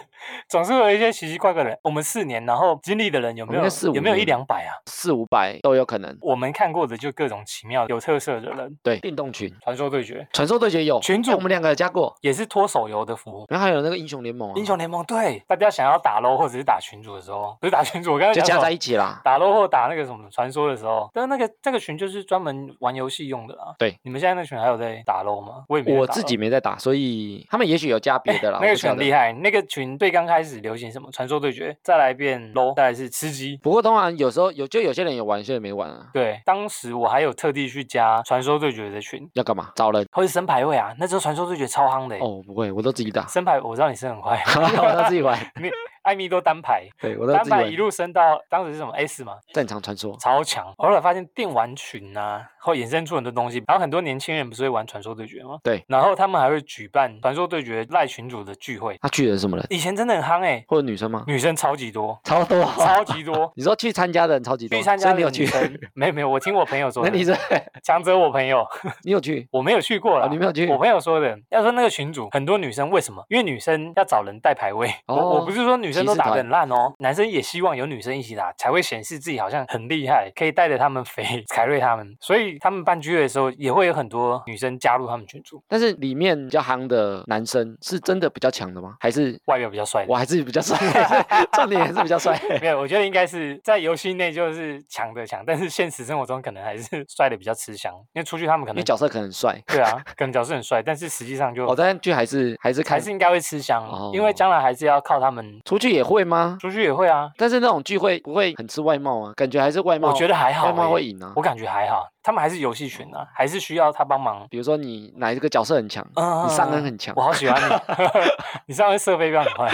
S1: 总是会有一些奇奇怪怪的人。我们四年，然后经历的人有没
S2: 我们
S1: 有
S2: 应该四五
S1: 有没有一
S2: 年
S1: 两百啊？
S2: 四五百都有可能。
S1: 我们看过的就各种奇妙有特色的人，
S2: 对，运动群、
S1: 传说对决
S2: 传说对决有
S1: 群
S2: 哎
S1: 组
S2: 我们两个有加过，
S1: 也是脱手游的服务。
S2: 然后还有那个英雄联盟、啊，
S1: 英雄联盟对，大家想要打 LO 或者是打群主的时候， 不是打群主，我刚才
S2: 就
S1: 讲
S2: 加
S1: 什么
S2: 在一起啦。
S1: 打 LO 或打那个什么传说的时候，但那个这个群就是专门玩游戏用的啦。
S2: 对，
S1: 你们现在那群还有在打 LO 吗？我也没在
S2: 我
S1: 打
S2: 自
S1: LO
S2: 己没在打，所以他们也许有加别的啦。
S1: 那
S2: 我
S1: 个
S2: 不晓
S1: 群很
S2: 得
S1: 厉害，那个群最刚开始流行什么传说对决，再来
S2: 嗯
S1: 变 low，再来是吃鸡。
S2: 不过通常有时候有就有些人有玩，有些人没玩啊。
S1: 对，当时我还有特地去加传说对决的群，
S2: 要干嘛？找人
S1: 或是神排位啊，那时候传说对决超夯的欸、
S2: 哦，不会，我都自己 打，，
S1: 神排我知道你是很快
S2: 我都自己玩，
S1: 你艾米都单排，
S2: 对我都
S1: 单
S2: 自己
S1: 排一
S2: 玩。
S1: 路升到当时是什么 S 嘛，
S2: 战场传说，
S1: 超强。后来发现电玩群啊，会衍生出很多东西，然后很多年轻人不是会玩传说对决吗？
S2: 对，
S1: 然后他们还会举办传说对决赖群主的聚会，
S2: 他去的是什么人？
S1: 以前真的很夯哎、
S2: 或者女生吗？
S1: 女生超级多，
S2: 超多啊，
S1: 超级多。
S2: 你说去参加的人超级多，
S1: 去参
S2: 所
S1: 加
S2: 以你
S1: 的
S2: 有
S1: 女
S2: 去？
S1: 生，没有没有，我听我朋友说
S2: 那
S1: 的，
S2: 你是
S1: 强者我朋友，
S2: 你有去？
S1: 我没有去过
S2: 哦
S1: 了，
S2: 你没有去
S1: 我朋友说的，要说那个群主很多女生为什么？因为女生要找人带排位，我
S2: 哦
S1: 我不是说女生
S2: 骑
S1: 都
S2: 士
S1: 打得
S2: 团
S1: 很烂哦，男生也希望有女生一起打，才会显示自己好像很厉害，可以带着他们飞， 凯瑞他们，所以他们办聚会的时候也会有很多女生加入他们群组，
S2: 但是里面比较夯的男生是真的比较强的吗？还是
S1: 外表比较帅的
S2: 我。还是比较帅？ 重点也是比 较帅。
S1: 没有，我觉得应该是在游戏内就是强的强，但是现实生活中可能还是 帅的比较吃香，因为出去他们可
S2: 因为
S1: 能
S2: 角色可能很帅，
S1: 对啊，可能角色很帅，但是实际上就
S2: 哦，但剧还是还是
S1: 还
S2: 看
S1: 是应该会吃香，因
S2: 哦
S1: 为将来还是要靠他们
S2: 出去也会吗？
S1: 出去也会啊。
S2: 但是那种聚会不会很吃外貌啊，感觉还是外貌，
S1: 我觉得还好
S2: 外貌
S1: 欸
S2: 会赢啊
S1: 我。感觉还好，他们还是游戏群啊，还是需要他帮忙。
S2: 比如说你哪一个角色很强，
S1: 嗯
S2: 你上恩很强
S1: 我，好喜欢 你，你上面射飞镖很快，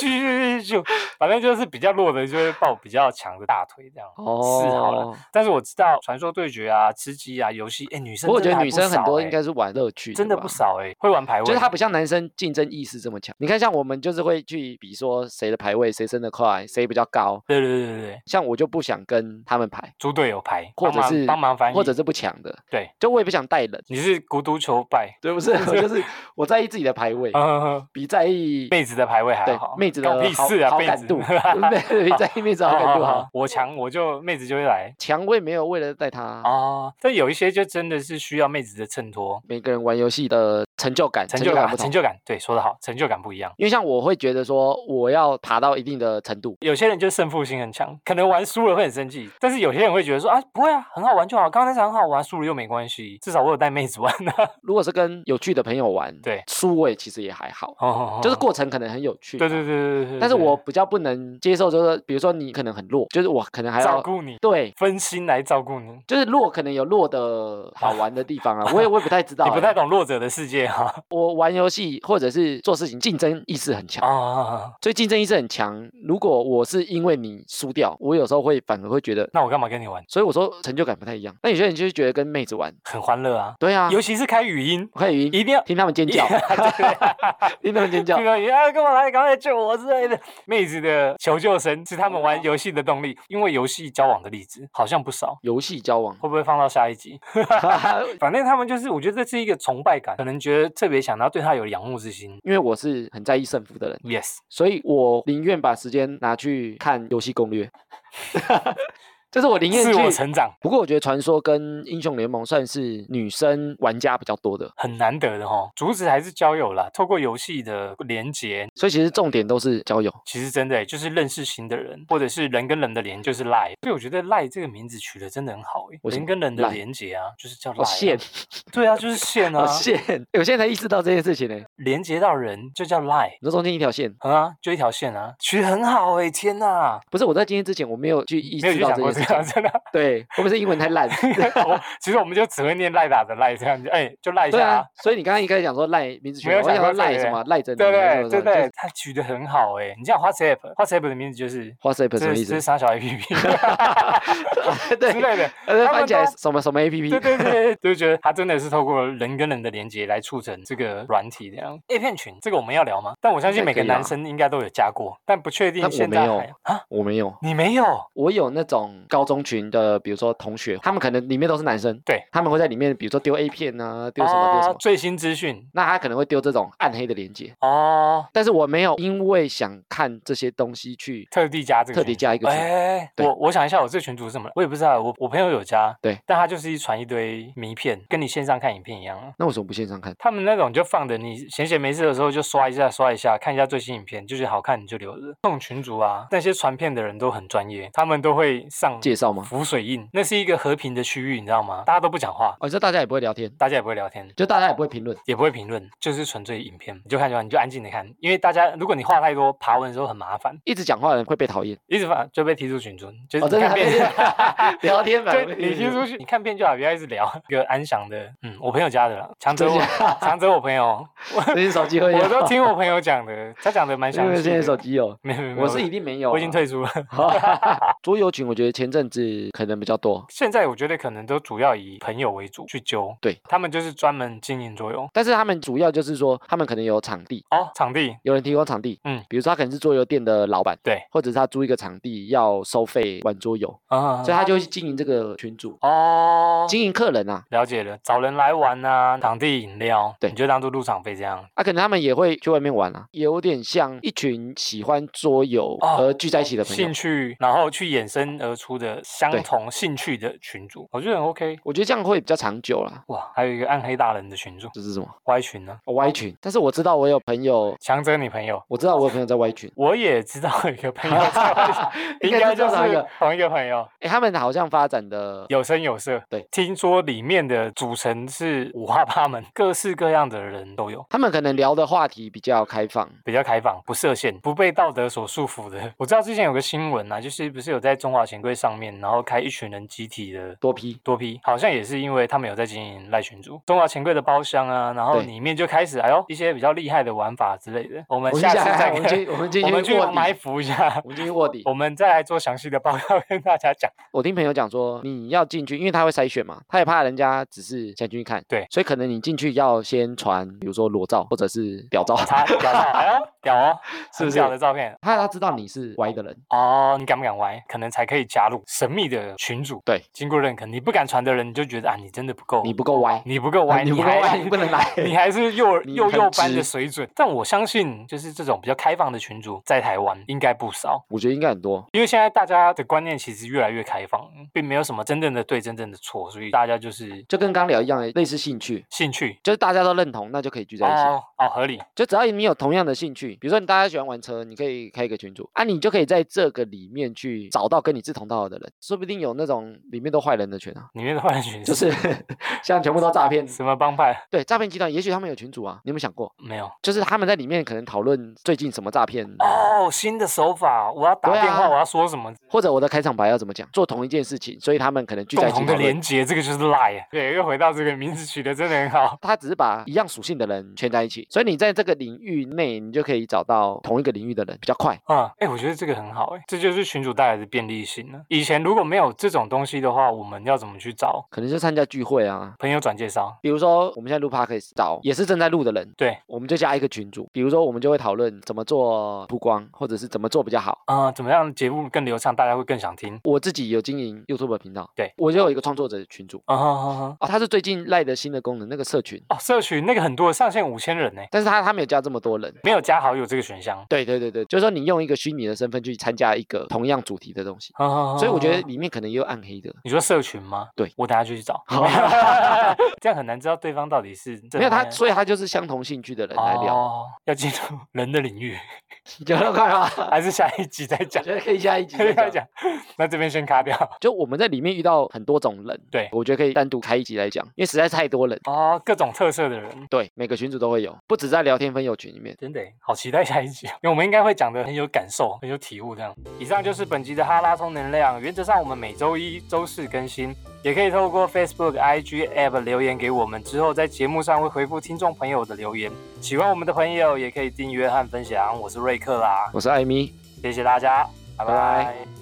S1: 就就就就，反正就是比较弱的就会抱比较强的大腿这样，是好了。
S2: 哦，
S1: 但是我知道传说对决啊、吃鸡啊、游戏，哎，女
S2: 不
S1: 生
S2: 过我觉
S1: 真的
S2: 得
S1: 还
S2: 女
S1: 不
S2: 生很
S1: 少
S2: 多
S1: 欸
S2: 应该是玩乐趣，
S1: 真的不。少哎，会玩排位，
S2: 就是它不像男生竞争意识这么强。你看，像我们就是会去比说谁的排位谁升得快，谁比较高。
S1: 对对对对对，
S2: 像我就不想跟他们排，
S1: 猪队友排，
S2: 或
S1: 帮
S2: 者
S1: 忙
S2: 是
S1: 帮忙翻译，
S2: 或者是不强的，
S1: 对，
S2: 就我也不想带人，
S1: 你是孤独求败，
S2: 对，不是，我 就是我在意自己的排位，
S1: 嗯。
S2: 比在意
S1: 妹子的排位还
S2: 对
S1: 好，
S2: 妹子的
S1: 关我屁
S2: 好
S1: 事啊，
S2: 好
S1: 妹
S2: 感
S1: 子 哦啊
S2: 度， 比在意妹子的好感度好。
S1: 我强我就妹子就会来
S2: 强我也没有为了带她，
S1: 哦。但有一些就真的是需要妹子的衬托，
S2: 每个人玩游戏的成就感，
S1: 成就感
S2: 不
S1: 成
S2: 同。
S1: 就感，对，说得好，成就感不一样。
S2: 因为像我会觉得说，我要爬到一定的程度，
S1: 有些人就胜负心很强，可能玩输了会很生气，但是有些人会觉得说啊，不会啊，很好玩就好，刚刚那场很好玩，输了又没关系，至少我有带妹子玩啊。
S2: 如果是跟有趣的朋友玩，
S1: 对
S2: 输我也其实也还好，
S1: 哦
S2: 就是过程可能很有趣。啊
S1: 对对对对对对，
S2: 但是
S1: 对
S2: 我比较不能接受，就是比如说你可能很弱，就是我可能还
S1: 照
S2: 要
S1: 顾你，
S2: 对，
S1: 分心来照顾你，
S2: 就是弱可能有弱的好玩的地方啊，我也我也不太知道 欸、
S1: 你不太懂弱者的世界哈。
S2: 我玩游戏或者是做事情竞争意识很强。
S1: 啊，
S2: 所以竞争意识很强。如果我是因为你输掉，我有时候会反而会觉得，
S1: 那我干嘛跟你玩？
S2: 所以我说成就感不太一样。那有些人就是觉得跟妹子玩，
S1: 很欢乐啊，
S2: 对啊，
S1: 尤其是开语音，
S2: 我看语音
S1: 一定 要
S2: 听他们尖叫， 听他们尖叫
S1: 对，吧？啊，干嘛来？赶快来救我之类的。妹子的求救声是他们玩游戏的动力，因为游戏交往的例子好像不少，
S2: 游戏交 往，
S1: 会不会放到下一集？反正他们就是，我觉得这是一个崇拜感，可能觉得特别想要对他有仰慕之心。
S2: 因为我是很在意胜负的人，
S1: Yes，
S2: 所以我宁愿把时间拿去看游戏攻略。 就是我宁愿
S1: 自我
S2: 去。
S1: 成长
S2: 不过我觉得传说跟英雄联盟算是女生玩家比较多的，
S1: 很难得的哦。主旨还是交友啦，透过游戏的连接，
S2: 所以其实重点都是交友。
S1: 其实真的欸就是认识新的人，或者是人跟人的连，就是赖。所以我觉得赖这个名字取得真的很好诶，
S2: 为什
S1: 人
S2: 么
S1: 跟人的
S2: 赖哦
S1: 连接啊，就是叫赖、
S2: 好线，，
S1: 对啊，就是线啊
S2: 好，线！我现在才意识到这件事情呢。你
S1: 连接到人就叫赖。
S2: 说中间一条线，
S1: 嗯啊，就一条线啊，取得很好诶，天哪，
S2: 不是我在今天之前我没有去意
S1: 没有
S2: 识
S1: 去
S2: 到
S1: 想
S2: 这
S1: 过这样，
S2: 件事情。
S1: 真的。
S2: 对，我们是英文 太烂。
S1: 我其实我们就只会念赖打的赖这样子，哎、就赖一
S2: 对
S1: 下、
S2: 啊，所以你刚刚应该讲说赖名字取
S1: 没
S2: 得，
S1: 有
S2: 我想
S1: 想过
S2: 说
S1: 这
S2: 赖
S1: 个
S2: 什么赖着你，
S1: 对不
S2: 还是什
S1: 对？对
S2: 么什
S1: 不
S2: 么
S1: 对？他取得很好哎、你像 WhatsApp，WhatsApp 的名字就是
S2: 花 s a p
S1: 这
S2: 什么意
S1: 是
S2: 思
S1: 这是？三小 APP
S2: 对
S1: 之类的。他
S2: 呃，
S1: 们
S2: 翻起来
S1: 都
S2: 什么什么 A P
S1: 对
S2: P？
S1: 对对，就觉得它真的是透过人跟人的连接来促成这个软体这样。A 片群这个我们要聊吗？但我相信
S2: 应该
S1: 每个
S2: 可以啊
S1: 男生应该都有加过，但不确定
S2: 但我
S1: 现
S2: 没
S1: 在
S2: 有
S1: 还啊，
S2: 我没有，
S1: 你没有
S2: 我有那种高中群的，比如说同学，他们可能里面都是男生，
S1: 对，
S2: 他们会在里面，比如说丢 A 片啊，丢什么丢
S1: 啊？
S2: 什么，
S1: 最新资讯
S2: 那他可能会丢这种暗黑的连接，
S1: 哦，
S2: 但是我没有因为想看这些东西去
S1: 特地加这个
S2: 特地
S1: 群
S2: 加一个
S1: 嗯
S2: 群。
S1: 哎、
S2: 对
S1: 我我想一下，我这群主是什么？我也不知道，我我朋友有加，
S2: 对，
S1: 但他就是一传一堆迷片，跟你线上看影片一样啊。
S2: 那为什么不线上看？
S1: 他们那种就放的，你闲闲没事的时候就刷一下刷一下，看一下最新影片，就是好看你就留着。这种群主啊，那些传片的人都很专业，他们都会上
S2: 介绍吗？
S1: 浮水印，那是一个和平的区域，你知道吗？大家都不讲话，
S2: 哦，这大家也不会聊天，
S1: 大家也不会聊天。
S2: 就大家也不会评论。
S1: 也不会评论，就是纯粹影片，你就看就好，你就安静的看，因为大家如果你话太多，爬文的时候很麻烦，
S2: 一直讲话的人会被讨厌，
S1: 一直发就被踢出群组，就是
S2: 哦，
S1: 你
S2: 真 的
S1: 看
S2: 还
S1: 片、
S2: 被 聊天吧？
S1: 对你踢出去，你看片就好，不要一直聊。一个安详的，嗯，我朋友家的啦，强
S2: 真
S1: 者我
S2: 的假的，
S1: 强者我朋友，
S2: 最近手机会有，
S1: 我都 听我朋友讲的，他讲的蛮详
S2: 因为
S1: 细
S2: 现在
S1: 的。
S2: 手机有，
S1: 没有没有没有，
S2: 我是哦一定没有，啊
S1: 我已经。退出了。
S2: 桌游群我觉得前阵子可能比较多，
S1: 现在我觉得可能都主要以朋友为主去揪，
S2: 对
S1: 他们就是专门经营桌游
S2: 但是他们主要就是说，他们可能有场地，
S1: 哦，场地
S2: 有人提供场地，
S1: 嗯，
S2: 比如说他可能是桌游店的老板，
S1: 对
S2: 或者是他租一个场地要收费玩桌游，
S1: 啊，
S2: 所以他就会去经营这个群组，
S1: 哦，
S2: 经营客人啊，
S1: 了解了，找人来玩啊，场地饮料，
S2: 对
S1: 你就当做入场费这样。
S2: 啊，可能他们也会去外面玩啊，有点像一群喜欢桌游
S1: 哦
S2: 而聚在一起的朋友
S1: 兴。趣，然后去衍生而出的相
S2: 对
S1: 同兴趣的群组，我觉得很 OK。
S2: 我觉得这样会比较长久啦。
S1: 哇，还有一个暗黑大人的群组
S2: 这是什么
S1: ，Y 群呢？
S2: 哦？Y 群，但是我知道我有朋友，
S1: 强者女朋友，
S2: 我知道我有朋友在 Y 群，
S1: 我也知道有一个朋友在 Y 群，应
S2: 应该
S1: 该
S2: 是
S1: 就
S2: 正常一
S1: 是
S2: 个
S1: 同一个朋友，
S2: 哎，他们好像发展的
S1: 有声有色。
S2: 对，
S1: 听说里面的组成是五花八门，各式各样的人都有。
S2: 他们可能聊的话题比较开放，
S1: 比较开放，不设限，不被道德所束缚的。 我知道之前有个新闻啊，就是不是有在中华钱柜上面，然后开一群人集体的
S2: 多批。
S1: 多批，好像也是因为他们有在经营赖群组，中华钱柜的包厢啊，然后
S2: 对
S1: 里面就开始哎呦一些比较厉害的玩法之类的。我们
S2: 我们
S1: 下次
S2: 下
S1: 再
S2: 我们去我们进
S1: 我们
S2: 去
S1: 去
S2: 卧
S1: 埋
S2: 底，
S1: 伏一下
S2: 我，们进去卧底。
S1: 我们再来做详细的报告跟大家讲。
S2: 我听朋友讲说，你要进去，因为他会筛选嘛，他也怕人家只是想进去看，
S1: 对
S2: 所以可能你进去要先传，比如说裸照或者是屌 照，
S1: 他屌照，哎呦屌 哦，
S2: 是不
S1: 很
S2: 是
S1: 屌的照片
S2: 他要知道你是歪的人，
S1: 哦，你敢不敢玩？可能才可以加入神秘的群组。
S2: 对，
S1: 经过认可，你不敢传的人，你就觉得啊，你真的不够，
S2: 你不够歪，
S1: 你不够歪，
S2: 你不够
S1: 还
S2: 歪， 你不能来。
S1: 你还是幼儿
S2: 你
S1: 幼
S2: 很
S1: 幼班
S2: 直
S1: 的水准，但我相信就是这种比较开放的群组在台湾应该不少，
S2: 我觉得应该很多，
S1: 因为现在大家的观念其实越来越开放，并没有什么真正的对、真正的错，所以大家就是
S2: 就跟刚聊一样，欸类似兴趣，
S1: 兴趣
S2: 就是大家都认同，那就可以聚在一起。
S1: 哦哦合理
S2: 就只要你有同样的兴趣，比如说你大家喜欢玩车，你可以开一个群组啊，你就可以在这个里面去找到跟你志同道合的人，说不定有那种里面都坏人的群啊，
S1: 里面的坏人群
S2: 就是 像全部都诈 骗，
S1: 什么帮派
S2: 对诈骗集团，也许他们有群组啊，你有没有想过，
S1: 没有
S2: 就是他们在里面可能讨论最近什么诈骗，
S1: 哦新的手法，我要打
S2: 对啊
S1: 电话，我要说什么。
S2: 或者我的开场白要怎么讲，做同一件事情，所以他们可能聚
S1: 共
S2: 在一起
S1: 同的
S2: 讨论
S1: 连。接，这个就是 lie。对，又回到这个名字取得真的很好。
S2: 他只是把一样属性的人圈在一起，所以你在这个领域内，你就可以找到同一个领域的人比较快。
S1: 啊，哎、我觉得这个很好、哎，这就是群主带来的便利性了。以前如果没有这种东西的话，我们要怎么去找
S2: 可能就参加聚会啊，
S1: 朋友转介绍？
S2: 比如说我们现在录 podcast 找也是正在录的人，
S1: 对，
S2: 我们就加一个群组，比如说我们就会讨论怎么做曝光，或者是怎么做比较好。
S1: 啊、怎么样节目更流畅，大家会更想听？
S2: 我自己有经营 YouTube 频道，
S1: 对
S2: 我就有一个创作者群组
S1: 啊哈哈哈！
S2: 啊，它是最近赖的新的功能，那个社群，
S1: 哦，社群那个很多，上限五千人呢、
S2: 但是它它没有加这么多人。
S1: 没有加好友这个选项。啊
S2: 对对对对，就是说你用一个虚拟的身份去参加一个同样主题的东西，
S1: 啊哈哈
S2: 所以我觉得里面可能也有暗黑的。
S1: 你说社群吗？
S2: 对
S1: 我等下就去找
S2: 好，
S1: 这样很难知道对方到底是真的
S2: 没有他，
S1: 还是
S2: 所以他就是相同兴趣的人来聊，
S1: 哦，要进入人的领域，
S2: 有没有看 到？
S1: 还是下一集再
S2: 我
S1: 讲？
S2: 觉得可以下一 集再
S1: 再
S2: 讲。
S1: 讲，那这边先卡掉。
S2: 就我们在里面遇到很多种人，
S1: 对
S2: 我觉得可以单独开一集来讲，因为实在太多人。
S1: 哦，各种特色的人，
S2: 对，每个群主都会有，不止在聊天分友群里面。
S1: 真的耶欸好期待下一集哦，因为我们应该会讲的很有感受，很有体悟这样。以上就是本集的哈拉充能量，原则上我们每周一、周四更新，也可以透过 Facebook、IG、App 留言给我们，之后在节目上会回复听众朋友的留言。喜欢我们的朋友也可以订阅和分享。我是瑞克啦，
S2: 我是艾米，
S1: 谢谢大家，拜
S2: 拜
S1: 拜
S2: 拜